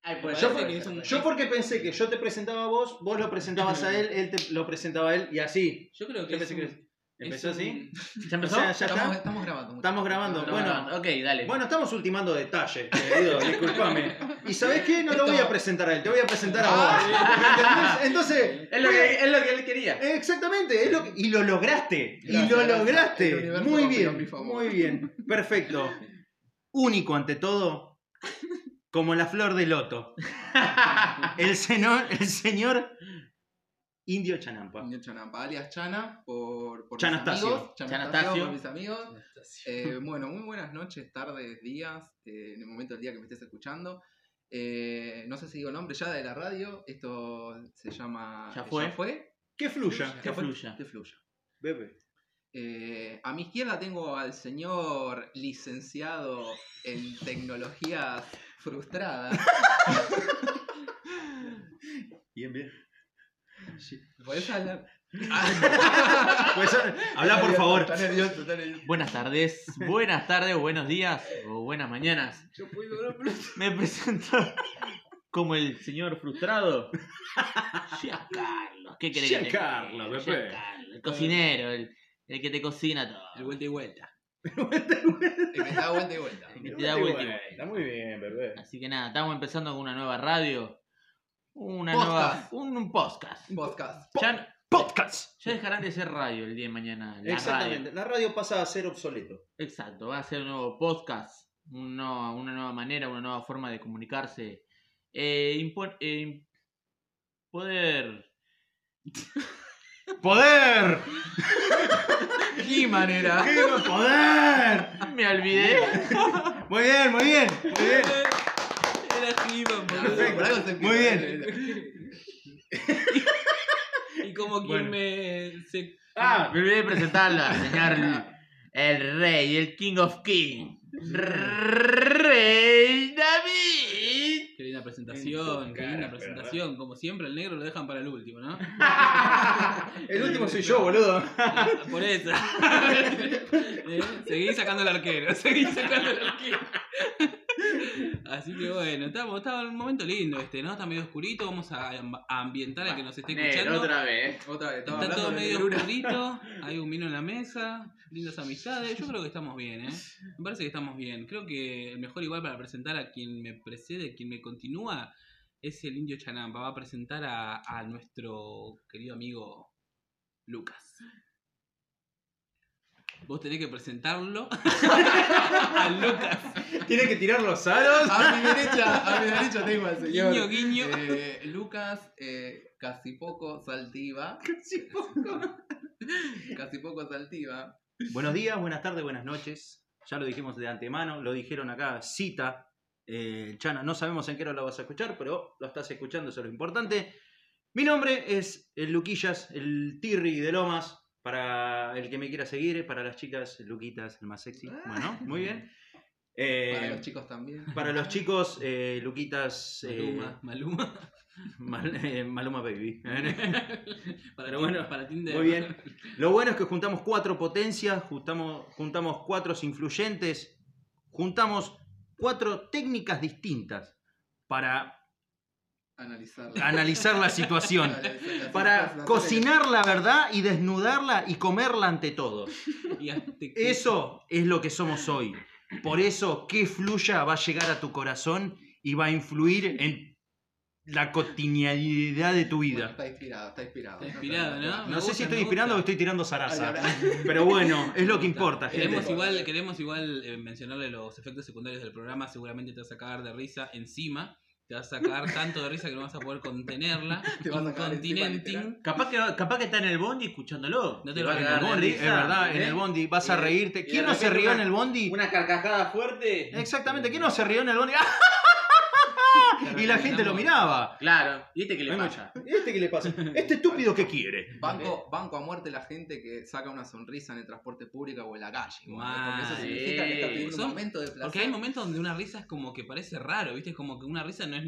Ay, Bueno, yo, puede porque- ser, puede yo porque pensé que yo te presentaba a vos, vos lo presentabas a él, él te lo presentaba a él y así. Yo creo que. Yo es pensé un- que empezó es un- así. ¿Ya empezó? O sea, ya estamos, está. estamos grabando. muchachos. Estamos grabando, Estamos bueno. grabando. Ok, dale. Bueno, estamos ultimando detalles, querido, disculpame. ¿Y sabés qué? No lo voy a presentar a él, te voy a presentar a Ah, Ah. vos. ¿Me entendés? Entonces, Es lo, que, es lo que él quería. exactamente, es lo que- y lo lograste, y Gracias, lo gracias. El lograste. universo Muy conspiró en mi bien, favor. muy bien, perfecto. Único ante todo, como la flor de loto. El señor, el señor Indio Chanampa. Niño Chanampa, alias Chana, por, por Chanastasio. mis amigos. Chanastasio. Chanastasio, por mis amigos. Eh, bueno, muy buenas noches, tardes, días, eh, en el momento del día que me estés escuchando. Eh, no sé si digo el nombre ya de la radio, esto se llama... Ya fue. Que fluya. Que fluya. Que fluya. Bebe. Eh, a mi izquierda tengo al señor licenciado en tecnologías frustradas. Bien, bien. ¿Podés hablar? Pues, habla por favor. Está nervioso, está nervioso. Buenas tardes, buenas tardes, buenos días o buenas mañanas. Yo puedo hablar, Me presento como el señor frustrado. Carlos, ¿qué querés que te Giancarlo, diga? Pepe. Giancarlo, el cocinero, el, el que te cocina todo. El vuelta y vuelta. El que está vuelta y vuelta. El que te da vuelta y vuelta. Está muy bien, bebé. Así que nada, estamos empezando con una nueva radio. Una Podcast. nueva. Un, un podcast. Podcast. Ya, Podcast. ya dejarán de ser radio el día de mañana. La Exactamente. radio. La radio pasa a ser obsoleto. Exacto, va a ser un nuevo podcast. un nuevo- una nueva manera, una nueva forma de comunicarse. Eh, impo- eh, im- poder. ¡Poder! ¿Qué manera? ¡Qué gran poder! Ah, Me olvidé. Muy bien, muy bien. Muy bien. Era He-Man, boludo. Perfecto. Muy eh, Y como quien Bueno. me. Se... Ah, Me olvidé de presentarla, señor. El rey, el king of king. Rey David. Qué linda presentación, En tu qué cara, linda pero, presentación. Como siempre, el negro lo dejan para el último, ¿no? el último soy yo, boludo. Ah, Por eso. ¿Eh? Seguí sacando el arquero, seguí sacando el arquero. Así que bueno, estamos, estaba en un momento lindo este, ¿no? Está medio oscurito, vamos a, amb- a ambientar a que nos esté escuchando. otra vez. Otra vez, estaba Está todo hablando de medio negrura. oscurito, hay un vino en la mesa, lindas amistades, yo creo que estamos bien, ¿eh? Me parece que estamos bien. Creo que el mejor igual para presentar a quien me precede, quien me continúa, es el indio Chanampa. Va a presentar a, a nuestro querido amigo Lucas. Vos tenés que presentarlo a Lucas. Tiene que tirar los aros. A mi derecha, a mi derecha tengo al señor. Guiño, guiño. eh, Lucas, eh, casi poco saltiva. Casi poco. Casi poco saltiva. Buenos días, buenas tardes, buenas noches. Ya lo dijimos de antemano, lo dijeron acá, cita. eh, Chana, no sabemos en qué hora la vas a escuchar, pero lo estás escuchando, eso es lo importante. Mi nombre es el Luquillas, el Tirri de Lomas, para el que me quiera seguir, para las chicas, Luquitas, el más sexy. Bueno, muy bien. Eh, Ah. Para los chicos también. para los chicos, eh, Luquitas, eh, Maluma, Maluma. Mal- eh, Maluma Baby. Para, Pero Tin- bueno, para Tinder. Muy bien. Lo bueno es que juntamos cuatro potencias, juntamos, juntamos cuatro influyentes, juntamos cuatro técnicas distintas para Analizar. analizar la situación. Para cocinar la verdad y desnudarla y comerla ante todos. Y hasta- Eso es lo que somos hoy. Por eso, que fluya va a llegar a tu corazón y va a influir en la cotidianidad de tu vida. está inspirado, está inspirado. Está inspirado, ¿no? No sé si gusta, estoy me inspirando o gusta. estoy tirando Ay, la zaraza. verdad. Pero bueno, es lo que Me gusta. importa, gente. Queremos igual, queremos igual eh, mencionarle los efectos secundarios del programa. Seguramente te vas a cagar de risa encima. Te vas a cagar tanto de risa que no vas a poder contenerla. Te vas a cagar encima, Incontinenting. Capaz que, capaz que está en el bondi escuchándolo. No Te te lo va a En el cagar de bondi, es risa, verdad, en ¿eh? el bondi vas a Y- reírte. y de ¿Quién no se repente rió en una- el bondi? Una carcajada fuerte. Exactamente, ¿quién no se rió en el bondi? Y la gente lo miraba. Claro, viste que le Hay pasa. ¿Este qué le pasa? Este estúpido que quiere. Banco, banco a muerte la gente que saca una sonrisa en el transporte público o en la calle. ¿no? Porque eso Mal. significa que está teniendo Son- un momento de placer. Porque hay momentos donde una risa es como que parece raro, ¿viste? Es como que una risa no es.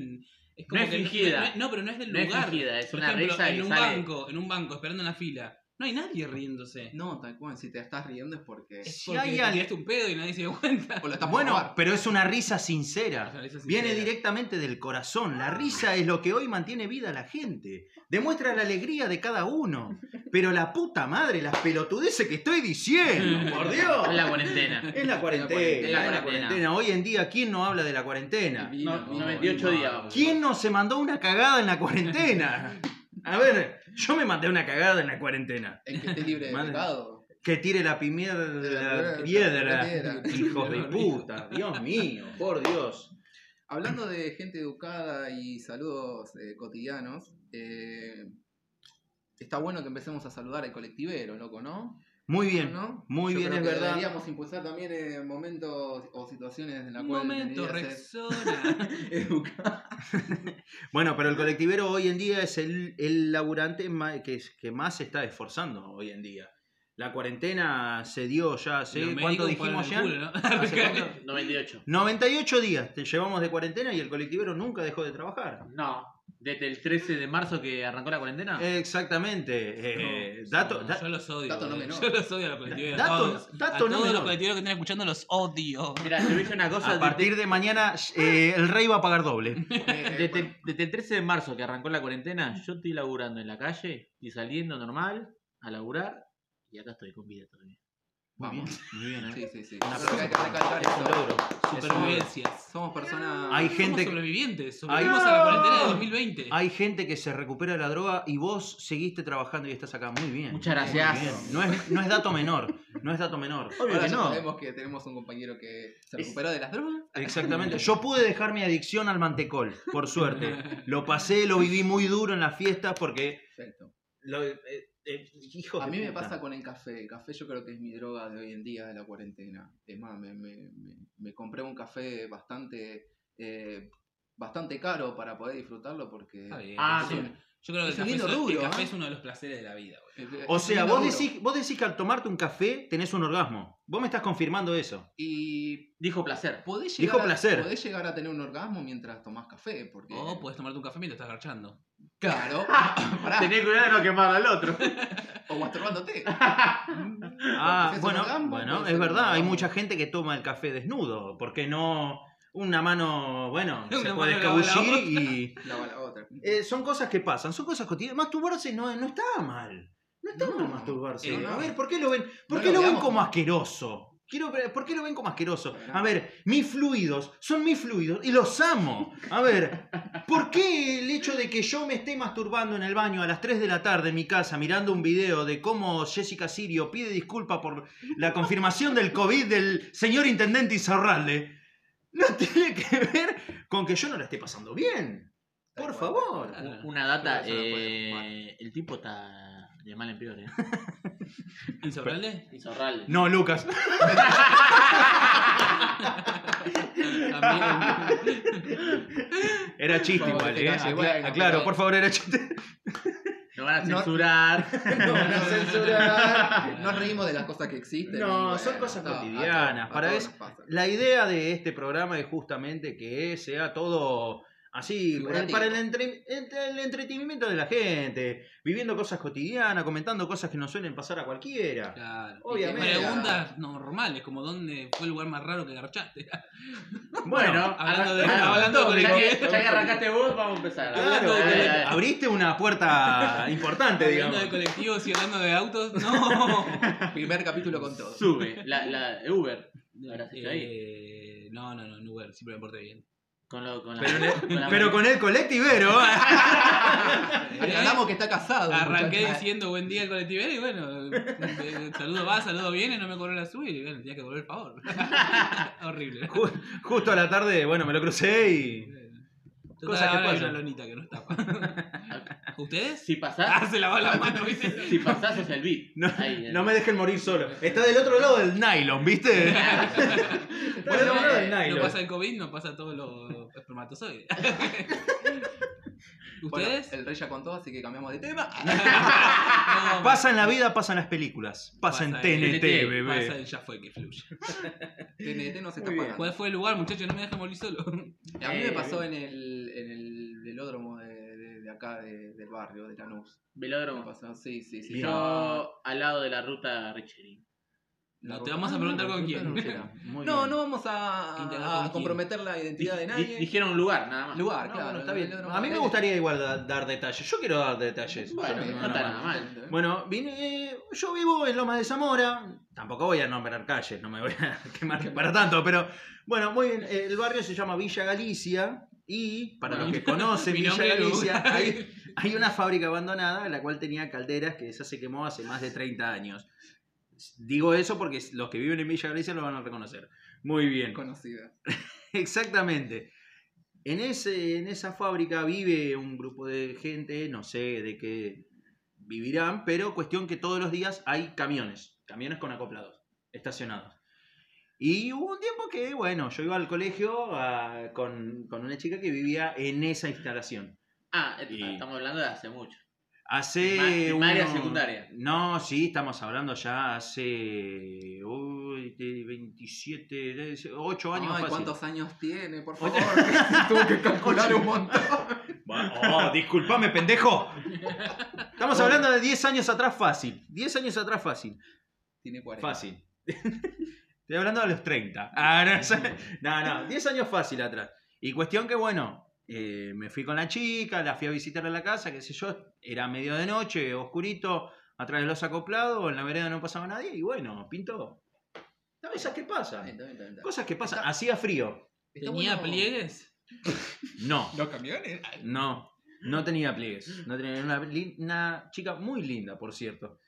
Es No es que fingida. No, no, pero no es del No es lugar. fingida, es Por una ejemplo, risa en que un sale. banco, en un banco, esperando en la fila. No hay nadie riéndose. No, tal cual, si te estás riendo es porque. Es Si porque hay te alguien- tiraste un pedo y nadie se dio cuenta. O lo estás por Ah, Bueno, robar. pero es una risa O sincera. sea, eso sí Viene queda. directamente del corazón. La risa es lo que hoy mantiene vida a la gente. Demuestra la alegría de cada uno. Pero la puta madre, las pelotudeces que estoy diciendo, por Dios. Es la cuarentena. Es la cuarentena. Es la es la cuarentena. Hoy en día, ¿quién no habla de la cuarentena? El vino, no, vino, 98 vino. días vamos. ¿Quién no se mandó una cagada en la cuarentena? A ver, yo me mandé una cagada en la cuarentena. El que esté libre de Madre. pecado. Que tire la pimienta de la piedra. Hijos de puta, Dios mío, por Dios. Hablando de gente educada y saludos eh, cotidianos, eh, está bueno que empecemos a saludar al colectivero, loco, ¿no? Muy bien, ¿No? muy Yo bien, creo es que verdad. Deberíamos impulsar también eh, momentos o situaciones en la Un cual momento, debería ser Rexona. educado. Bueno, pero el colectivero hoy en día es el, el laburante ma- que, es- que más se está esforzando hoy en día. La cuarentena se dio ya Los hace. ¿Cuánto médicos dijimos ya? pararon el culo, ¿no? ¿Hace cuánto? 98. 98 días te llevamos de cuarentena y el colectivero nunca dejó de trabajar. No. Desde el 13 de marzo que arrancó la cuarentena. Exactamente. eh, Ah. No, dato, no, da- yo los odio. dato no boludo. menor. Yo los odio a los colectiveros. a dato- todos. dato no a todos los menor. colectiveros que están escuchando los odio. Mira, te voy a decir una cosa. A partir de mañana eh, el rey va a pagar doble. Eh, Desde, desde el 13 de marzo que arrancó la cuarentena, yo estoy laburando en la calle y saliendo normal a laburar y acá estoy con vida todavía. Vamos. Muy bien, ¿eh? Sí, sí, sí. Una Yo creo que hay que recalcar Es un esto. logro. Es un logro. Supervivencias. Somos personas. Hay Somos gente que- sobrevivientes. Ay, Sobrevivimos a la cuarentena de no. 2020. Hay gente que se recupera de la droga y vos seguiste trabajando y estás acá. Muy bien. Muchas Muy gracias. bien. No es, no es dato menor. No es dato menor. Obvio Ahora que ya no. sabemos que tenemos un compañero que se recuperó de las drogas. Exactamente. Yo pude dejar mi adicción al mantecol, por suerte. Lo pasé, lo viví muy duro en las fiestas porque. Perfecto. lo- eh, eh, hijos A de mí me puta. pasa con el café. El café yo creo que es mi droga de hoy en día, de la cuarentena. Es más, me, me- me- me compré un café bastante, eh, bastante caro para poder disfrutarlo porque... Está bien. Ah, es sí. un- Yo creo que Es un el café, es, lindo el rubro, café ¿eh? es uno de los placeres de la vida. boludo. es- O es sea, un laburo. vos decís, vos decís que al tomarte un café tenés un orgasmo. Vos me estás confirmando eso. Y Dijo placer. podés Dijo llegar, a, placer. Oh, pues, podés llegar a tener un orgasmo mientras tomás café, porque... O puedes tomarte un café mientras estás garchando. Claro. pará, Tenés cuidado de no quemar al otro. o masturbándote. Ah, Porque es un bueno, orgasmo, bueno puede es ser un verdad. Hay orgasmo. mucha gente que toma el café desnudo. Porque no. Una mano, bueno, se Una puede mano lava la escabullir y. La, la otra. Eh, son cosas que pasan, son cosas cotidianas. Masturbarse no, no está mal. No está No, mal masturbarse. eh, A no. ver, ¿por qué lo ven, por No qué lo lo ven veamos como como- asqueroso? Quiero, ver- ¿Por qué lo ven como asqueroso? Para nada. A ver, mis fluidos son mis fluidos y los amo. A ver, ¿por qué el hecho de que yo me esté masturbando en el baño a las 3 de la tarde en mi casa mirando un video de cómo Jessica Sirio pide disculpa por la confirmación del COVID del señor intendente Izarralde no tiene que ver con que yo no la esté pasando bien? Tal Por cual. favor. Claro. Una data, Pero Ah, eso no puede eh, fumar. el tipo está de mal en peor, eh. ¿Insobrable? Insorral. No, Lucas. También. Era chiste Vamos, igual, te ¿eh? calles, Acla- bueno, aclaro, pero- por favor, era chiste. Lo van a No. censurar. No, no censurar. Nos reímos de las cosas que existen. No, y son cosas está, a cotidianas, todos- a para todos eso- nos pasa. La idea de este programa es justamente que sea todo así, Figurativo. para el, entre- entre- el entretenimiento de la gente, viviendo cosas cotidianas, comentando cosas que nos suelen pasar a cualquiera. Claro. Obviamente. Preguntas normales, como dónde fue el lugar más raro que garchaste. Bueno, hablando de- arran- hablando ya con el que- que- ya que arrancaste vos, vamos a empezar. claro, hablando de- eh, abriste una puerta importante, Hablando digamos. de colectivos y hablando de autos, no. Primer capítulo con todo. Sube. La, la Uber. Ahora sí, ahí. Eh, no, no, no, en Uber, siempre me porté bien. Con lo- con la- Pero, le- con la- pero con el colectivero. Eh, Hablamos que está casado. Arranqué muchacho. diciendo buen día al colectivero y bueno, eh, saludo va, saludo viene, no me cobró la sub y bueno, tenía que devolver el favor. Horrible. Ju- Justo a la tarde, bueno, me lo crucé y. Total, Cosas que ahora hay pasan. una lonita que no tapa. ¿Ustedes? Si pasás, Ah, se lavó la mano, ¿viste? si pasás es el beat. No, Ahí, No eh. me dejen morir solo. Está del otro lado del nylon, ¿viste? Está del Bueno, otro lado eh, del No nylon. pasa el COVID, no pasa todos los espermatozoides. Bueno, ¿Ustedes? el rey ya contó, así que cambiamos de tema. Ah, No, Pasa en la vida, pasa en las películas. Pasa, en Pasa en TNT, TNT, bebé. Pasa el ya fue que fluye. TNT no se está Muy bien. pagando. ¿Cuál fue el lugar, muchachos? No me dejen morir solo. A mí me Eh, pasó en el, en el velódromo de, de- de acá de- del barrio, de Lanús. Velódromo. Pasó- Sí, sí, sí. Bien. Yo al lado de la ruta Richeri. La No, te ruta- vamos a Ah, preguntar no, con la quién. ruta Era muy No, bien. no vamos Indagar a, con a quién. comprometer la identidad de nadie. Dijeron un lugar, nada más. Lugar, No, claro. bueno, está el bien. velódromo. A mí me Eh, gustaría igual da- dar detalles. Yo quiero dar detalles. Bueno, yo me- no no, está no, nada mal. ¿eh? no, Bueno, vine, eh, yo vivo en Loma de Zamora. Tampoco voy a nombrar calles, no me voy a quemar para tanto, pero bueno, muy bien. eh, El barrio se llama Villa Galicia y para los que conocen Mi Villa nombre es Galicia, Uruguay. hay, hay una fábrica abandonada la cual tenía calderas que esa se quemó hace más de 30 años. Digo eso porque los que viven en Villa Galicia lo van a reconocer. Muy bien. Conocida. Exactamente. En, ese, en esa fábrica vive un grupo de gente, no sé de qué vivirán, pero cuestión que todos los días hay camiones, camiones con acoplados, estacionados. Y hubo un tiempo que, bueno, yo iba al colegio ah, con, con una chica que vivía en esa instalación. Ah, eh, Y- estamos hablando de hace mucho. Hace. Ma- primaria, unos- secundaria. No, sí, estamos hablando ya hace. uy, de 27, de- 8 años. Ay, fácil. ¿cuántos años tiene? Por favor. Tuve que calcular un montón. Bueno, Oh, disculpame, pendejo. Estamos hablando de 10 años atrás fácil. 10 años atrás fácil. Tiene 40. Fácil. Estoy hablando de los 30. Ah, no, sé. no, no, 10 años fácil atrás. Y cuestión que, bueno, eh, me fui con la chica, la fui a visitar a la casa, qué sé yo. Era medio de noche, oscurito, atrás de los acoplados, en la vereda no pasaba nadie y bueno, pintó. No, esas que pasan. Está bien, está bien, está bien. Cosas que pasan. Hacía frío. Está ¿Tenía bueno- pliegues? No. ¿Los camiones? No, no tenía pliegues. No tenía era una, lin- una chica muy linda, por cierto.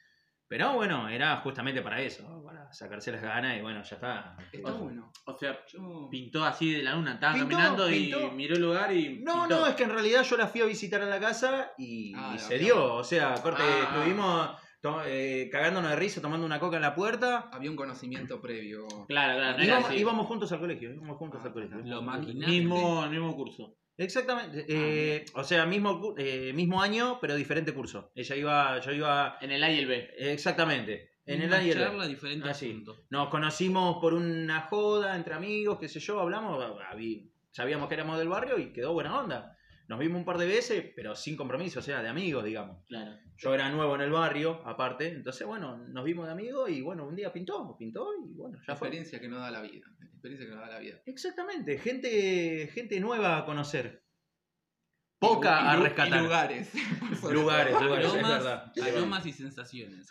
Pero bueno, era justamente para eso, ¿no? para sacarse las ganas y bueno, ya está. Está bueno. O sea, Yo... pintó así de la luna. Estaba Pintó, caminando pintó. y miró el lugar y. No, pintó. no, es que en realidad yo la fui a visitar a la casa y, Ah, y la se fui a- dio. O sea, corte, Ah. estuvimos to- eh, cagándonos de risa, tomando una coca en la puerta. Había un conocimiento previo. Claro, claro. No era Íbamos, así. íbamos juntos al colegio, íbamos juntos Ah, al colegio. Lo maquinaste. Mismo, el mismo curso. Exactamente, eh, o sea, mismo, cu- eh, mismo año, pero diferente curso. Ella iba, yo iba, En el A y el B. exactamente, en el Misma año. charla, diferente Ah, sí. asunto. Nos conocimos por una joda entre amigos, qué sé yo, hablamos, habí- sabíamos que éramos del barrio y quedó buena onda. Nos vimos un par de veces, pero sin compromiso, o sea, de amigos, digamos. Claro. Yo era nuevo en el barrio, aparte, entonces, bueno, nos vimos de amigos y, bueno, un día pintó, pintó y, bueno, La ya fue. experiencia que no da la vida. La experiencia que no da la vida. Exactamente, gente, gente nueva a conocer. Poca Y lu- a y rescatar. lugares. Lugares, lugares, es Aromas, verdad. aromas y sensaciones.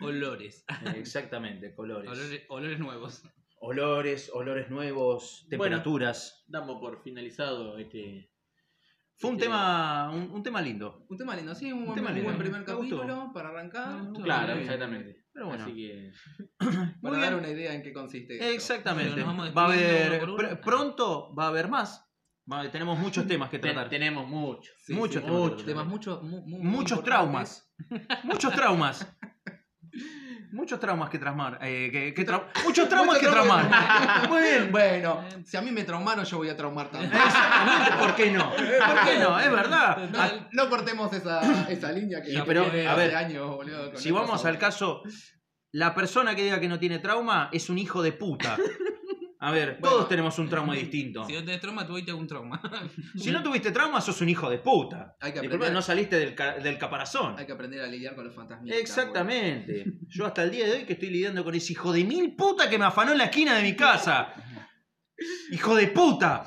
Olores. Exactamente, colores. Olores, olores nuevos. Olores, olores nuevos, Bueno. temperaturas. Damos por finalizado este. Fue un este- tema, un, un tema lindo. Un tema lindo, Ah, sí, un, buen- tema un lindo. buen primer Me gustó. capítulo para arrancar. Me gustó. Claro, Muy bien. exactamente. Pero bueno. Así que. Para Muy dar bien. una idea en qué consiste. esto. Exactamente. Pero nos vamos va a despidiendo haber uno por uno. pr- pronto va a haber más. Va- tenemos muchos temas que Ten- tratar. tenemos mucho. Sí, muchos sí, temas. mucho. que tratar. Temas mucho, mu- mu- muy muchos importantes. traumas. muchos traumas. Muchos traumas que tramar. eh, que, que tra- muchos traumas que Muchos traumas. tramar. Muy bien. Bueno, si a mí me traumaron, yo voy a traumar también. Exactamente, ¿Por qué no? ¿Por qué Eh, no? Es verdad. Ah, No, no cortemos esa, esa línea que Y pero, viene a hace ver, años, boludo. con Si estos vamos al audios. caso, la persona que diga que no tiene trauma es un hijo de puta. A ver, Bueno. todos tenemos un trauma distinto. Si no tenés trauma, tú hoy te hago un trauma. Si no tuviste trauma, sos un hijo de puta. Hay que Disculpa, aprender, no saliste del, ca- del caparazón. hay que aprender a lidiar con los fantasmitas. Exactamente. Yo hasta el día de hoy que estoy lidiando con ese hijo de mil puta que me afanó en la esquina de mi casa. ¡Hijo de puta!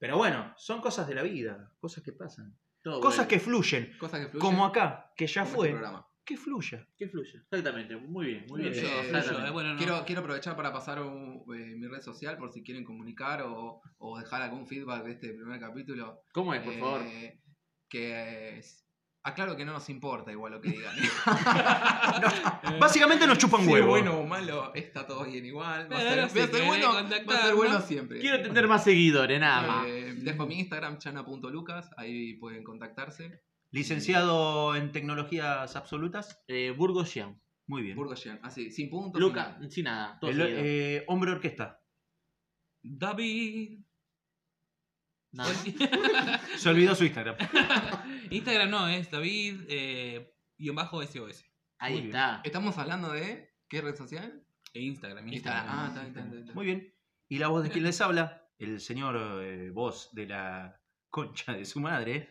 Pero bueno, son cosas de la vida, cosas que pasan. Todo Cosas bueno. que fluyen. boludo. Cosas que Ah, fluyen, Como acá, que ya como este fue. programa. Que fluya. Que fluya. Exactamente. Muy bien, muy bien. Fluye, Eh, fluye, exactamente. eh, bueno, no. Quiero, quiero aprovechar para pasar un- eh, mi red social por si quieren comunicar o, o dejar algún feedback de este primer capítulo. ¿Cómo es, por Eh, favor? Que es- aclaro que no nos importa igual lo que digan. Básicamente nos chupan Si es huevo. Eh, bueno o malo, está todo bien igual. Va a ser, va a Pero si ser querés bueno, va a ser contactarnos, bueno siempre. Quiero tener más seguidores, nada más. Eh, dejo mi Instagram, chana.lucas, ahí pueden contactarse. Licenciado en tecnologías absolutas. Eh, Burgos Jean. Muy bien. Burgoyan, así, ah, sin puntos. sin Luca, nada. sin nada. Todo El- seguido. eh, hombre orquesta. David. Ah. pues, Nada. Se olvidó su Instagram. Instagram no, es David eh, guión bajo SOS. Ahí muy está. Estamos hablando de. ¿Qué red social? E Instagram. Instagram, Instagram. Ah, está, está, está, está. Muy bien. Y la voz de quien les habla, el señor eh, voz de la concha de su madre,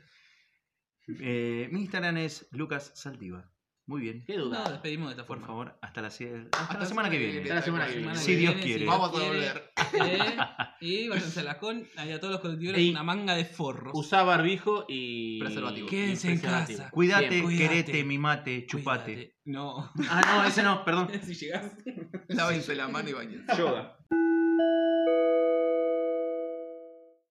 Eh, mi Instagram es Lucas Saldiva. Muy bien. Qué No, duda. despedimos de esta Por forma. favor, hasta la, sie- hasta la semana que viene. Hasta la semana que La semana viene. Sí, que Dios viene, quiere. Dios Vamos Vamos a quiere. volver. Eh, y váyanse a la con. Ahí a todos los colectiveros Ey. una manga de forros. Usá barbijo y. Preservativo. Quédense en preservativo. casa. Cuídate, Bien. cuídate. querete, mimate, chupate. Cuídate. No. Ah, no, ese no, perdón. si llegas. Lávense la mano y bañense. Yoga.